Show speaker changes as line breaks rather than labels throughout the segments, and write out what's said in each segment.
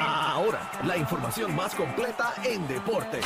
Ahora, la información más completa en deporte.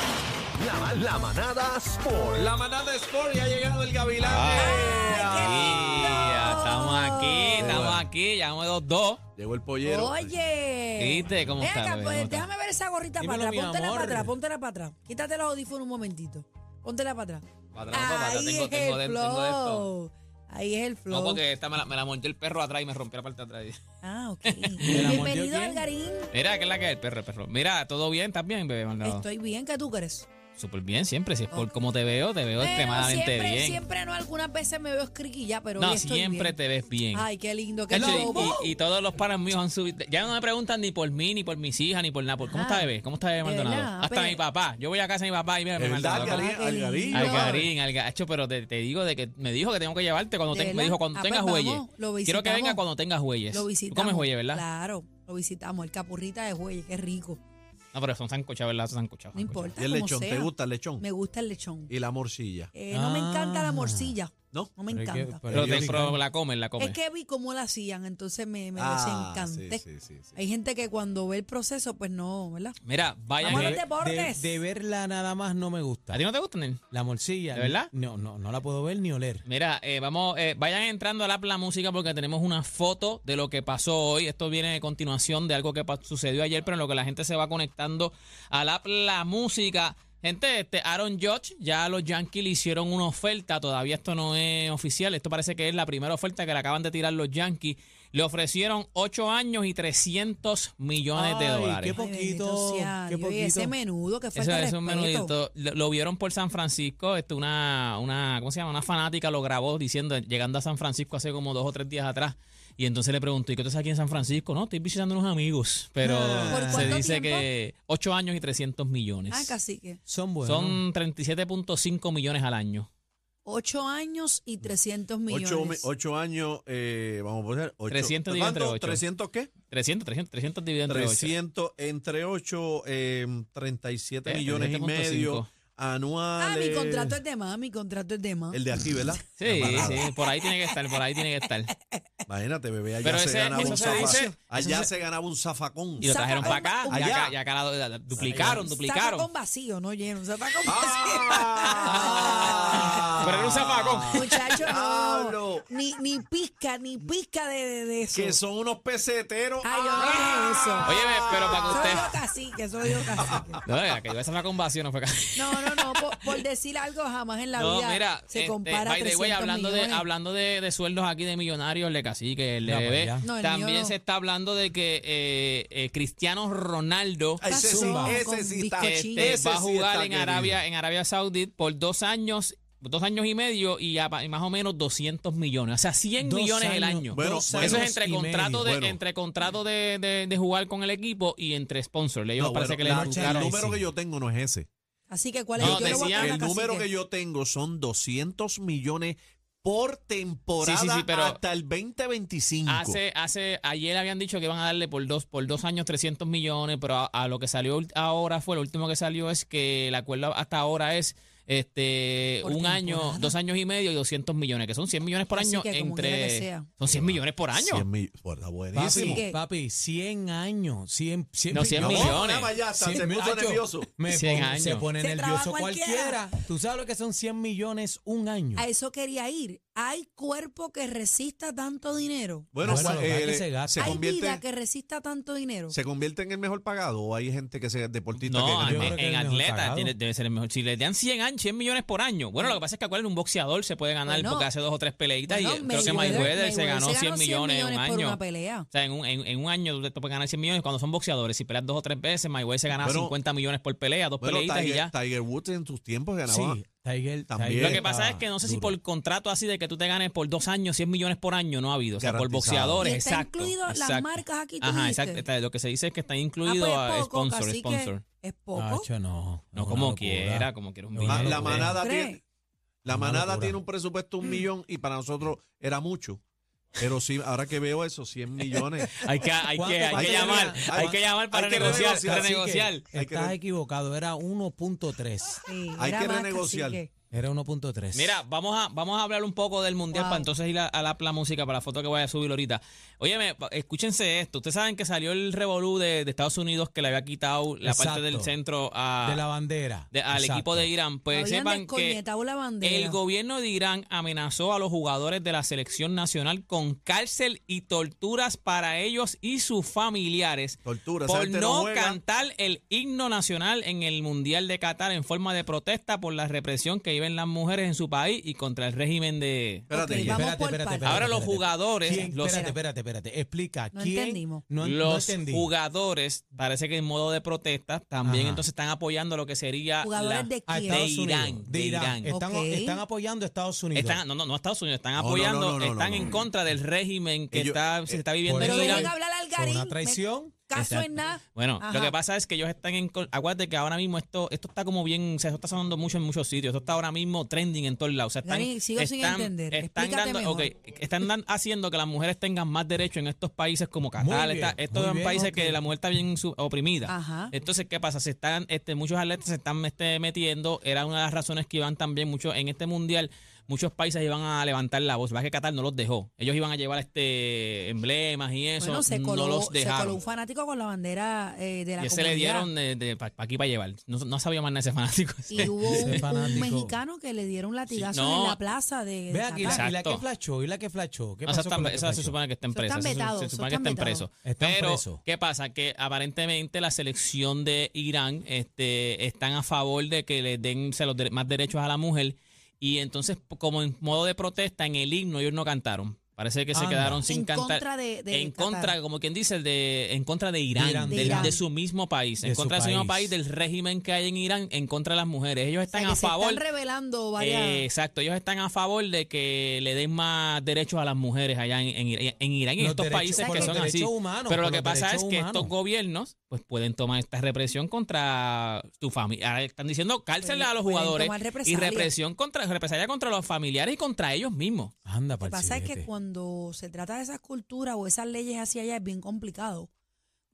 La, la manada Sport.
La manada Sport ya ha llegado el gavilán. Eh,
Ya, Estamos aquí, estamos aquí, ya hemos dos dos.
Llegó el pollero.
Oye.
¿Viste cómo
Ven
está,
acá,
bebé?
pues,
¿Cómo está?
déjame ver esa gorrita
Dímelo,
para
mi
atrás. Póntela
amor.
para atrás, póntela para atrás. Quítate los audífonos un momentito. Póntela para atrás.
Para atrás, para atrás,
Ahí
tengo-
es
tengo de-
el
tengo de esto.
flow. Ahí es el flow.
No, porque esta me la, me la montó el perro atrás y me rompió la parte de atrás.
Ah, ok.
la mordió
Bienvenido,
quién?
Algarín.
Mira, ¿qué es la que es el perro, el perro? Mira, ¿todo bien? ¿Estás bien, bebé Maldonado?
Estoy bien, ¿qué tú crees?
Súper bien siempre, si es por
Ok.
cómo te veo, te veo
Pero
extremadamente
siempre,
bien.
siempre no, algunas veces me veo escriquilla, pero
no,
hoy estoy
siempre
bien.
te ves bien.
Ay, qué lindo, qué Ah,
Cacho, y-
show.
y, y todos los panas míos han subido. Ya no me preguntan ni por mí, ni por mis hijas, ni por nada. por- ¿Cómo
Ajá.
está bebé? ¿Cómo está bebé
Ah, De pues.
Maldonado?
verdad,
Hasta
pero-
mi papá. Yo voy a casa de mi papá y mira,
Es
mi
verdad,
Maldonado.
Algarín,
qué lindo.
Algarín.
Al
No.
Garín, al Gacho, pero te, te digo de que me dijo que tengo que llevarte cuando
¿De
te- me
verdad?
dijo cuando
Ah,
tengas
pues
jueyes.
vamos, lo
Quiero que
visitamos.
venga cuando tengas jueyes.
Lo
Tú
visitamos.
comes jueyes, ¿verdad?
Claro, lo visitamos. El capurrita de jueyes, qué rico.
No, pero son sancochados, ¿verdad? Son sancochados.
No importa.
Ah, ¿Y el
como
lechón? ¿Te
sea.
gusta el lechón?
Me gusta el lechón.
Y la morcilla.
Eh, No me encanta la morcilla.
¿No?
No me
Pero es que-
encanta.
Pero, pues,
Pero
te,
yo-
pero la comen, la comen.
Es que vi cómo la hacían, entonces me, me desencanté.
Ah, sí, sí, sí.
Hay gente que cuando ve el proceso, pues no, ¿verdad?
Mira, vayan.
Vamos a
a-
los deportes.
De, de verla nada más no me gusta.
¿A ti no te gustan? nene?
La morcilla.
¿De verdad?
No, no, no la puedo ver ni oler.
Mira, eh, vamos, eh, vayan entrando a la, la música porque tenemos una foto de lo que pasó hoy. Esto viene a continuación de algo que pa- sucedió ayer, pero en lo que la gente se va conectando a la, la música. Gente, este Aaron Judge, ya los Yankees le hicieron una oferta, todavía esto no es oficial, esto parece que es la primera oferta que le acaban de tirar los Yankees. Le ofrecieron 8 años y 300 millones de
Ay,
dólares.
qué po- poquito,
bendito sea
qué
Dios, y
poquito.
ese menudo que fue
Eso
de
es un
respeto.
menudito. Lo, lo vieron por San Francisco. Este, una, una, ¿cómo se llama? Una fanática lo grabó diciendo, llegando a San Francisco hace como dos o tres días atrás. Y entonces le preguntó, ¿y qué tú haces aquí en San Francisco? No, estoy visitando unos amigos. Pero
Ah. ¿Por
se
cuánto
dice
tiempo?
que 8 años y 300 millones.
Ah, cacique.
Son buenos.
Son 37.5 millones al año.
8 años y 300 millones.
Ocho, me- ocho años, eh, vamos a poner. Ocho,
300 dividido entre
¿Cuánto?
ocho.
¿300 qué?
300, 300, 300 dividido entre 8.
300 entre 8, eh, 37
Eh,
millones y
37.5.
medio
ah,
anuales.
mi contrato es de más, mi contrato es de más.
El de aquí, ¿verdad?
Sí,
Amarrado.
sí, por ahí tiene que estar, por ahí tiene que estar.
Imagínate, bebé, allá
Pero
se
ese-
ganaba
eso
un
se dice-
zafacón. Allá
eso
se ganaba un zafacón.
Y lo trajeron para acá,
Saca
y
con-
acá, y acá la- la- la- duplicaron, duplicaron.
con vacío, no lleno. Zapacón
¡Ah!
Pero era un zafacón.
Muchacho, no.
Diablo.
Ni, ni pizca, ni pizca de, de, de eso.
Que son unos peseteros. Ah.
Ay, yo no dije eso.
Oye, pero para que
Solo
usted...
yo cacique, solo yo cacique.
No, la que iba a con vacío, no fue acá.
No, no, no, por, por decir algo jamás en la
No,
vida
mira,
se
este,
compara a
by the way,
300
hablando de
millones.
hablando de, de sueldos aquí de millonarios, le cacique, le
Ya, pues,
bebé.
ya.
No, el mío
También
no.
se está hablando de que eh, eh, Cristiano Ronaldo
Ay, Ese sí,
Zumba.
ese
Con
sí está.
bizcochillo.
este,
ese
va a
sí
jugar
está
en
querido.
Arabia en Arabia Saudita por dos años, dos años y medio y, a- y más o menos 200 millones, o sea, 100
Dos
millones el
años,
año.
dos
Bueno,
años
Eso es
y
entre
medio.
contrato de
Bueno.
entre contrato de, de- de jugar con el equipo y entre sponsors. Ellos
No,
parece
bueno,
que le
la-
educaron.
el número
ese.
que yo tengo no es ese.
Así que, ¿cuál es
No,
Yo le voy a
decían-
dar a
el número
Cacique.
que yo tengo son 200 millones por temporada
Sí, sí, sí, pero
hasta el 2025.
Hace, hace, ayer habían dicho que iban a darle por dos, por dos años 300 millones, pero a, a lo que salió ult- ahora fue, lo último que salió es que el acuerdo hasta ahora es este
Por
un año,
temporada.
dos años y medio y 200 millones, que son 100 millones por
Así
año
que como quiera que
entre...
sea.
Son 100 millones por año.
100 mil- bueno,
Papi,
buenísimo.
que-
papi, 100 años. 100, 100
No, 100
No,
millones.
nada más ya, hasta
Sí,
se puso
muchacho,
nervioso.
me
100
pon-
años.
Se pone
Se traba
nervioso
cualquiera.
cualquiera. Tú sabes lo que son 100 millones un año.
A eso quería ir. ¿Hay cuerpo que resista tanto dinero?
Bueno,
Bueno,
Juan,
lo que
eh,
aquí se gasta.
se
¿Hay
convierte
vida que resista tanto dinero?
se convierte en el mejor pagado o hay gente que sea deportista
No,
que
yo
en,
creo que
en
es el mejor
atleta
pagado.
tiene- debe ser el mejor. Si le dan 100, años, 100 millones por año. Bueno, lo que pasa es que acuérdense, un boxeador se puede ganar
Bueno,
porque hace dos o tres peleitas y
Bueno,
creo que
Mayweather-
Mayweather se
Mayweather
ganó 100 millones en un
por
año.
una pelea.
O sea, en un, en, en un año tú te puedes ganar 100 millones cuando son boxeadores. Si peleas dos o tres veces, Mayweather se gana
Bueno,
50 millones por pelea, dos
Bueno,
peleitas y
Tiger,
ya.
Tiger Woods en sus tiempos ganaba.
Sí, Tiger,
También.
Tiger
Lo
Lo que pasa
estaba
es que no sé si
duro.
por contrato así de que tú te ganes por dos años 100 millones por año no ha habido. O sea, por
Garantizado.
boxeadores,
Y está
exacto.
incluido las
exacto.
marcas aquí, tú
Ajá,
dijiste.
exacto. Está- Lo que se dice es que está
Ah,
incluido
pues
a
es poco,
sponsor,
cacique,
sponsor. Ah,
Es poco.
Nacho, no.
No,
es una
como
locura.
quiera, como quiera, un
Es
billete.
Ma-
una
la
locura.
manada
¿Crees?
tiene, la
Una
manada
locura.
tiene un presupuesto de un millón y para nosotros era mucho. Pero sí, ahora que veo eso, 100 millones.
Hay que, hay que,
¿Cuánto
hay que
pasa?
llamar,
Hay-
hay que llamar para
hay que
negociar,
renegociar,
para
así que-
negociar.
Hay que
Estás
re-
equivocado, era 1.3.
Sí,
Hay
era
que
más,
renegociar.
cacique.
Era 1.3.
Mira, vamos a, vamos a hablar un poco del mundial
Wow.
para entonces ir a, a la, la música para la foto que voy a subir ahorita. Óyeme, pa- escúchense esto. Ustedes saben que salió el revolú de, de Estados Unidos que le había quitado la parte
Exacto.
del centro a,
de la bandera.
ah, de- al
Exacto.
equipo de Irán. Pues
Habían
sepan que
descoñetado la bandera.
el gobierno de Irán amenazó a los jugadores de la selección nacional con cárcel y torturas para ellos y sus familiares.
Tortura, esa
por
gente
no
juega.
cantar el himno nacional en el Mundial de Qatar en forma de protesta por la represión que viven las mujeres en su país y contra el régimen de...
Espérate,
Ok,
ya.
vamos por partes.
Ahora los jugadores,
¿Quién?
los,
espérate, espérate, espérate. Explica.
No
¿quién?
entendimos.
No, no
los
entendí.
jugadores, parece que en modo de protesta, también
Ajá.
entonces están apoyando lo que sería...
¿Jugadores
la-
de
A
quién?
Estados
De
Unidos,
Irán,
de
de
Irán.
Irán.
Están,
Ok.
están apoyando a Estados Unidos.
Están, no, no, no a Estados Unidos, están
no,
apoyando,
no, no, no,
están
no,
en
no.
contra del régimen que
Ellos-
está, se está viviendo
por
Pero
en
eso-
dejen
Irán.
hablar al
Fue
Garín.
una
me-
traición.
Caso
Exacto.
en nada.
Bueno,
Ajá.
lo que pasa es que ellos están en... col- Acuérdate que ahora mismo esto esto está como bien... O sea, esto está sonando mucho en muchos sitios. Esto está ahora mismo trending en todos lados. O sea, están,
Dani, sigo sin
están-
entender.
Están,
Explícate
dando,
mejor.
ok, están dan- haciendo que las mujeres tengan más derechos en estos países como
Muy
Qatar.
bien,
está- estos
muy
son
bien,
países
ok.
que la mujer está bien su- oprimida.
Ajá.
Entonces, ¿qué pasa? Se están, este, muchos atletas se están este, metiendo. Era una de las razones que iban también muchos en este mundial. Muchos países iban a levantar la voz. Va que Qatar no los dejó. Ellos iban a llevar este emblemas y eso.
Bueno, se coló,
no los
se
dejaron.
coló un fanático con la bandera eh, de la
Y ese
comunidad.
le dieron de, para aquí para llevar. No, no sabía más nada ese fanático.
Y hubo
Ese
un, un
fanático.
mexicano que le dieron latigazo
no.
en la plaza de
Ve aquí, la, y la
Exacto.
que flashó, y la que flashó. ¿Qué
No, esa
pasó con
está-
la que
esa se
flashó?
supone que está en
Eso
presa.
están
se su-
vetados,
se
eso
supone que está en
están
preso.
vetados.
Están
Pero,
presos.
¿qué pasa? Que aparentemente la selección de Irán este, están a favor de que le den se los dere- más derechos a la mujer. Y entonces, p- como en modo de protesta, en el himno ellos no cantaron. Parece que se
Anda.
quedaron sin
En
cantar.
contra de- de
en
Qatar.
contra, como quien dice, de, en contra de Irán,
Irán,
del-
de
de,
Irán.
su mismo país. en
De su
contra de su mismo
país.
país, del régimen que hay en Irán, en contra de las mujeres. Ellos
O sea,
están
que
a
se
favor.
están revelando varias...
Eh, exacto, ellos están a favor de que le den más derechos a las mujeres allá en, en Ira- en Irán y en
Los
estos
derechos-
países
por
que
los
son así.
derechos humanos,
Pero lo
por
que
los
pasa es
derechos
que
humanos.
estos gobiernos pues pueden tomar esta represión contra tu familia. Ahora están diciendo cárcel
Pueden-
a los
pueden
jugadores
tomar
y
represalias.
represión contra represalia contra los familiares y contra ellos mismos.
Anda,
Lo que pasa es que
parcillete.
cuando se trata de esas culturas o esas leyes hacia allá es bien complicado.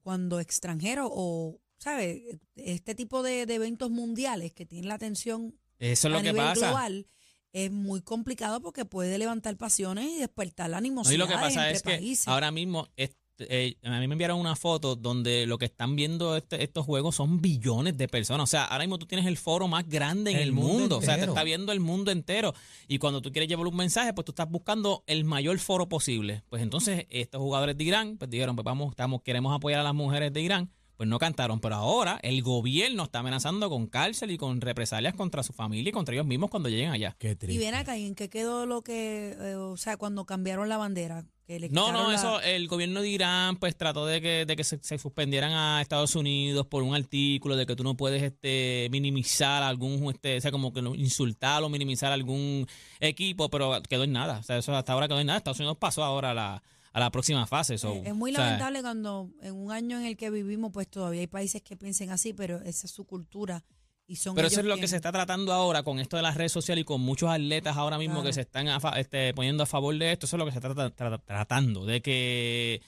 Cuando extranjeros o, ¿sabes? Este tipo de, de eventos mundiales que tienen la atención
Eso es
a
lo que
nivel
pasa.
global es muy complicado porque puede levantar pasiones y despertar la
No,
animosidad
y lo que pasa
entre
es que
países.
ahora mismo este, eh, a mí me enviaron una foto donde lo que están viendo este- estos juegos son billones de personas. O sea, ahora mismo tú tienes el foro más grande en el,
El
mundo.
mundo
O sea, te
entero.
está viendo el mundo entero. Y cuando tú quieres llevar un mensaje, pues tú estás buscando el mayor foro posible. Pues entonces estos jugadores de Irán, pues dijeron, pues vamos, estamos, queremos apoyar a las mujeres de Irán. Pues no cantaron, pero ahora el gobierno está amenazando con cárcel y con represalias contra su familia y contra ellos mismos cuando lleguen allá.
Qué
y
triste.
ven acá, ¿y en qué quedó lo que, eh, o sea, cuando cambiaron la bandera? Que le
No,
quitaron
no,
la-
eso, el gobierno de Irán pues trató de que, de que se, se suspendieran a Estados Unidos por un artículo de que tú no puedes este minimizar algún, este, o sea, como que no- insultar o minimizar algún equipo, pero quedó en nada. O sea, eso hasta ahora quedó en nada. Estados Unidos pasó ahora a la, a la próxima fase. so,
Eh, es muy
o sea,
lamentable cuando en un año en el que vivimos, pues todavía hay países que piensen así, pero esa es su cultura y son
Pero eso
ellos
es lo que
quienes-
se está tratando ahora con esto de las redes sociales y con muchos atletas ahora mismo
Claro.
que se están a fa- este, poniendo a favor de esto. Eso es lo que se está tra- tra- tratando, de que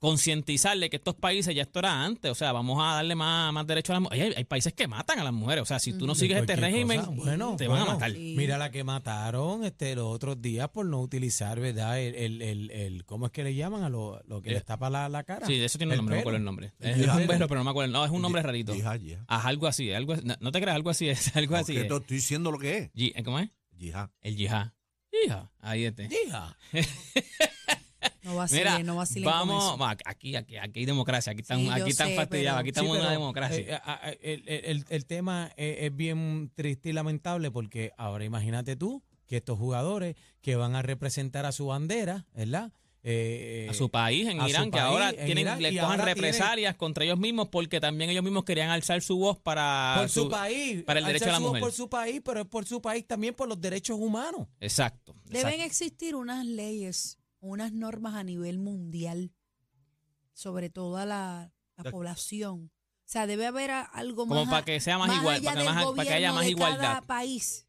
concientizarle que estos países ya esto era antes. O sea, vamos a darle más, más derecho a las mujeres. Hay, hay países que matan a las mujeres. O sea, si tú no
De
sigues este
cualquier
régimen,
cosa. Bueno,
te van
bueno,
a matar.
sí.
Mira la que mataron este los otros días por no utilizar, ¿verdad? El, el, el, el- ¿Cómo es que le llaman a lo, lo que
Eh,
les tapa la, la cara?
Sí, de eso tiene un
El
nombre, no me
pelo.
acuerdo el nombre.
El
Es, es un
pelo.
velo, pero no me acuerdo. No, es un nombre
Di-
rarito.
Dija, ya.
Ajá, algo así, algo así. No, no te creas, algo así es, algo así.
Porque
es.
te estoy diciendo lo que es.
Yi- ¿Cómo es?
Dija.
El yihad. Y Hija, ahí este. esté.
Diga.
No vacilen,
Mira,
no vacilen con
vamos,
eso.
va, aquí, aquí, aquí hay democracia, aquí están,
Sí, yo
aquí están
sé,
fastidiados,
pero-
aquí
Sí,
estamos en una
pero,
democracia.
eh, a- a- el, el- el- el tema es, es bien triste y lamentable porque ahora imagínate tú que estos jugadores que van a representar a su bandera, ¿verdad? Eh,
a su país en
a su
Irán, que
país,
ahora
en
tienen,
Irán,
les
y
cojan
ahora tienen-
represalias contra ellos mismos porque también ellos mismos querían alzar su voz para
por su, país,
para el
alzar
derecho a la
su voz
mujer.
por su país, pero es por su país también por los derechos humanos.
Exacto.
Deben
exacto.
existir unas leyes, unas normas a nivel mundial sobre toda la, la
La-
población. O sea, debe haber a- algo más.
Como
a-
para que sea más, igual,
allá
para que,
del
más- para que haya
gobierno
más
de
igualdad.
Cada país.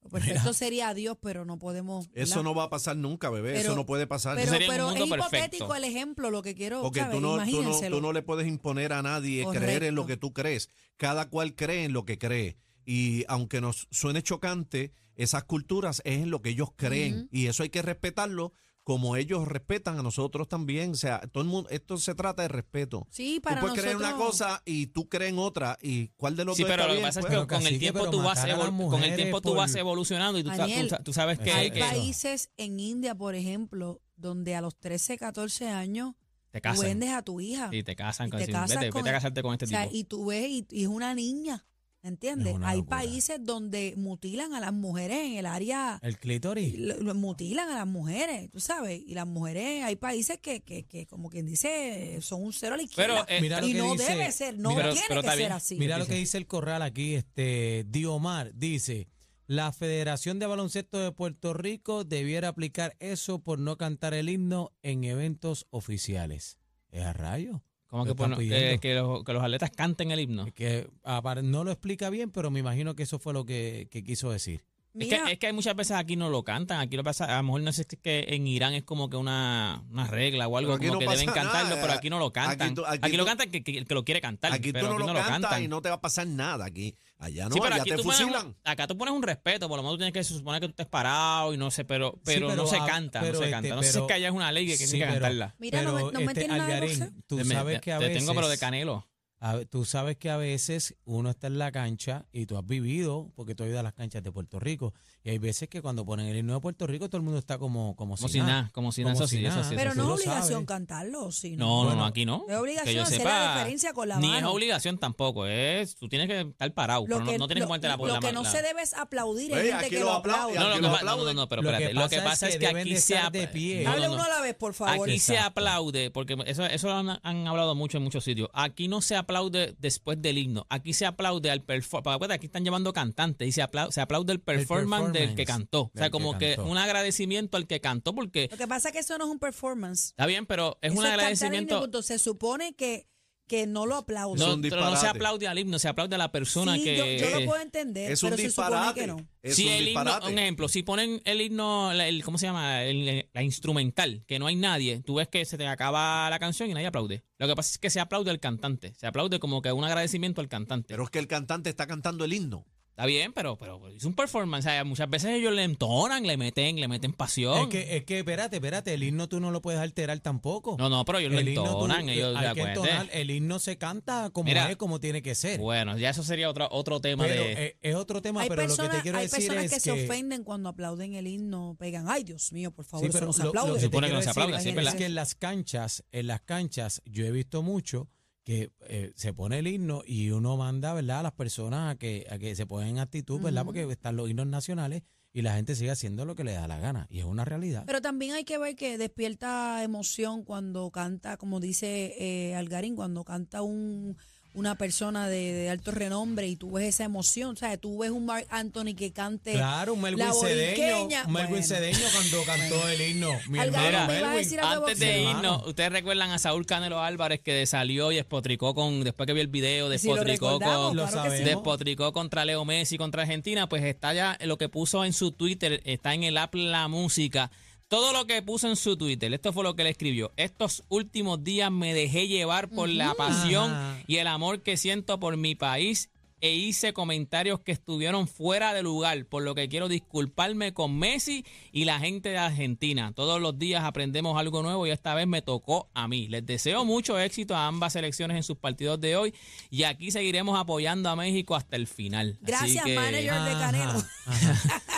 Lo Perfecto sería Dios, pero no podemos.
Eso
¿verdad?
no va a pasar nunca, bebé.
Pero-
eso no puede pasar.
Pero,
sería un
pero es
mundo
hipotético
perfecto.
el ejemplo, lo que quiero.
Porque
¿sabes?
tú no, tú, no,
Imagínenselo.
tú no le puedes imponer a nadie creer en lo
Correcto.
que tú crees. Cada cual cree en lo que cree. Y aunque nos suene chocante, esas culturas es en lo que ellos creen.
Ujú.
Y eso hay que respetarlo como ellos respetan a nosotros también. O sea, todo el mundo, esto se trata de respeto.
Sí, para
tú puedes creer
nosotros-
una cosa y tú crees en otra. ¿Y cuál de los
Sí,
dos
pero
está
lo que
bien?
pasa es
Pues,
que
Bueno,
con el
cacique,
tiempo
pero
tú vas,
matar a las
evol- con el
mujeres
tiempo tú
por-
vas evolucionando y tú, sa- tú
Daniel,
sa- tú sabes que,
Hay
Eh,
que
países en India, por ejemplo, donde a los 13, 14 años
te
tú
casan.
vendes a tu hija.
Y te casan.
Y
con
te
ese-
casas
vete,
con
vete a
el-
casarte con este
o sea,
tipo.
y tú ves, y, y es una niña, ¿entiendes?
Es una
Hay
locura.
países donde mutilan a las mujeres en el área,
Eh.
El clítoris.
lo- lo mutilan a las mujeres, tú sabes, y las mujeres, hay países que, que, que como quien dice, son un cero a la izquierda.
Pero, eh,
Mira lo
y
que
no
dice-
debe ser, no
mira- Pero-
tiene
pero
que
está
ser
bien.
así.
Mira lo que dice el corral aquí, este Diomar dice, la Federación de Baloncesto de Puerto Rico debiera aplicar eso por no cantar el himno en eventos oficiales. Es a rayo.
¿Cómo
lo
que,
están
bueno,
pidiendo.
eh, que, los, que los atletas canten el himno?
Es Que apar- no lo explica bien, pero me imagino que eso fue lo que, que quiso decir.
Es
Mira,
que, es que hay muchas veces aquí no lo cantan, aquí lo pasa, a lo mejor no sé si es que en Irán es como que una, una regla o algo
Pero aquí
como
no
que
pasa
deben cantarlo,
nada.
pero aquí no lo cantan. Aquí,
Aquí tú- aquí
lo
tú-
cantan que, que- el que lo quiere cantar,
Aquí tú
pero
no
aquí
lo
no lo
cantas
cantan.
y no te va a pasar nada aquí. Allá no,
Sí, pero
allá
aquí
te
tú pones un-
fusilan.
acá tú pones un respeto, por lo menos tú tienes que se supone que tú estés parado y no sé, pero, pero,
pero
no se
a-
canta,
pero
no se
este,
canta. No sé si es
pero-
que allá es una ley que
Sí,
tiene que
pero- este,
cantarla.
Mira, no me- no me tiene nada de boxeo.
tú
Te-
sabes
te-
que a
te
veces...
tengo pero de canelo.
A ve- tú sabes que a veces uno está en la cancha y tú has vivido, porque tú has ido a las canchas de Puerto Rico, y hay veces que cuando ponen el himno de Puerto Rico todo el mundo está como, como,
Como
si
si
nada.
nada, como si nada,
Ah. Como
eso sí,
si
eso
nada.
sí, eso
pero
sí.
no
lo
es obligación
sabe.
cantarlo, sí.
No, no,
Bueno,
no, aquí no.
es obligación
que yo
hacer la
sepa,
diferencia con la
Ni
mano.
es obligación tampoco, es, tú tienes que estar parado,
Lo
pero no- no, tienes
lo-
que ponerte la por
lo
la
que
mano-
no
la-
se debe es aplaudir, hay
Oye,
gente
aquí
que
lo
lo
aplaude.
aplaude.
No, lo
Aquí
que pa-
lo
no, no,
aplauden.
no, pero
Lo que
espérate. Lo que
pasa
pasa es
es que
que
deben
aquí
de
se
estar de
apla-
pie.
No,
Hable
no, no.
uno a la vez, por favor.
Aquí se
Exacto.
aplaude, porque eso, eso lo han, han hablado mucho en muchos sitios. Aquí no se aplaude después del himno. Aquí se aplaude al performance. Aquí están llevando cantantes y se apla- se aplaude, el performance del que
performance
cantó. O sea,
del que
como que
cantó.
un agradecimiento al que cantó, porque
Lo que pasa es que eso no es un performance.
está bien, pero es
Eso
un
cantar el himno,
agradecimiento.
punto. Se supone que, que no lo aplauden.
No,
un
pero no se
disparate.
aplaude al himno, se aplaude a la persona
Sí,
que.
yo, yo lo puedo entender,
Es un
Eh, pero se supone
disparate.
que no.
Es
si
un
el himno,
disparate.
un em- ejemplo, si ponen el himno, la- el, ¿cómo se llama? El- la instrumental, que no hay nadie, tú ves que se te acaba la canción y nadie aplaude. Lo que pasa es que se aplaude al cantante, se aplaude como que un agradecimiento al cantante.
Pero es que el cantante está cantando el himno.
Está bien, pero, pero es un performance. o sea, muchas veces ellos le entonan, le meten, le meten pasión.
Es que, es que, espérate, espérate, el himno tú no lo puedes alterar tampoco.
no, no, pero ellos
el
le
himno, tú-
entonan. ellos,
hay
¿te
que
acuerdas?
entonar, el himno se canta como
Mira.
es, como tiene que ser.
Bueno, ya eso sería otro, otro tema
pero
de...
eh, es otro tema,
hay
pero lo que
personas,
te quiero
hay
decir
personas
es
que, se ofenden cuando aplauden el himno, pegan, ay Dios mío, por favor,
Sí,
eso
pero
no se
lo- lo
aplaude.
que
Se supone
te
que no se
quiero
aplaude,
decir
sí, ¿verdad?
Es que en las canchas, en las canchas, yo he visto mucho que eh, se pone el himno y uno manda, ¿verdad?, a las personas a que, a que se pongan en actitud, ¿verdad?
Ujú.
Porque están los himnos nacionales y la gente sigue haciendo lo que le da la gana. Y es una realidad.
Pero también hay que ver que despierta emoción cuando canta, como dice eh, Algarín, cuando canta un, una persona de, de alto renombre y tú ves esa emoción. O sea, tú ves un Mark Anthony que cante.
claro, un Melvin
este, la
Cedeño.
borinqueña-
Un Melvin
Bueno.
Cedeño cuando cantó el himno. Mi
Algarito,
hermano
me ibas a
Melvin.
decir algo
Antes
de
de
boxeo.
irnos, ustedes recuerdan a Saúl Canelo Álvarez que salió y despotricó con, después que vio el video,
Si lo
despotricó
recordamos,
con,
Lo
claro que sí.
sabemos.
despotricó contra Leo Messi, contra Argentina, pues está ya lo que puso en su Twitter, está en el app La Música. Todo lo que puso en su Twitter, esto fue lo que le escribió. Estos últimos días me dejé llevar por la pasión
Ajá.
y el amor que siento por mi país
e hice comentarios que estuvieron fuera de lugar, por lo que quiero disculparme con Messi y la gente de Argentina. Todos los días aprendemos algo nuevo y esta vez me tocó a mí. Les deseo mucho éxito a ambas selecciones en sus partidos de hoy y aquí seguiremos apoyando a México hasta el final. Así
Gracias,
que- ah,
manager de Canelo.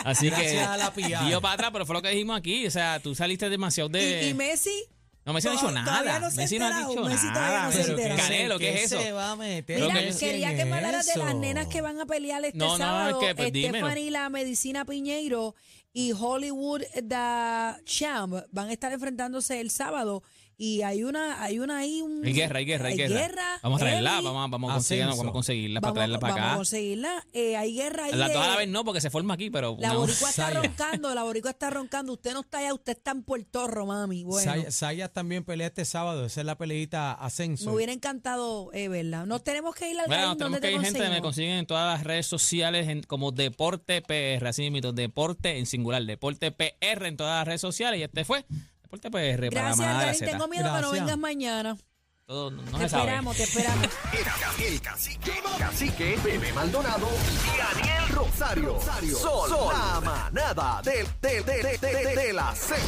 Así que
Gracias a la PR.
dio para atrás, pero fue lo que dijimos aquí. O sea, tú saliste demasiado de.
Y, y Messi,
no Messi no ha dicho
to- todavía
nada.
no se ha
Messi no ha
enterado,
dicho
Messi todavía
nada.
no se ha
Pero que-
enterado.
Canelo, ¿qué es eso?
Se va a meter
Lo
mira,
que
Messi
quería
en
que hablaras de las
eso?
nenas que van a pelear este
No, no,
sábado.
es que, pues, dímelo.
Stephanie La Medicina Piñeiro y Hollywood The Champ van a estar enfrentándose el sábado. Y hay una, hay una ahí un-
Hay guerra, hay guerra, hay guerra. Vamos a traerla,
heavy.
vamos, a- vamos, a
Ascenso.
conseguirla, vamos a conseguirla para
Vamos a-
traerla para
Vamos a
acá.
conseguirla. Eh, hay guerra ahí.
Las dos a
de-
la vez no, porque se forma aquí, pero.
La
una-
boricua está
Saya.
roncando, la boricua está roncando. Usted no está allá, usted está en Puerto Rico, mami. Bueno,
Saya- Sayas también pelea este sábado. Esa es la peleita ascenso.
me hubiera encantado eh, verla. Nos tenemos que ir al
Mira,
Garín,
nos tenemos
¿dónde te
que ir, gente, me
conseguimos?
consiguen en todas las redes sociales en- como Deporte PR, así mismo, Deporte en singular, Deporte PR en todas las redes sociales. Y este fue Deporte PR para la
Gracias,
manada de la
Algarín.
Z.
Tengo miedo que no
Gracias.
vengas mañana.
Todo- no
te
se sabe.
esperamos, te esperamos.
El, el cacique, cacique, Bebé Maldonado y Daniel Rosario. Rosario. Sol, la manada de, de, de, de, de, de la Z.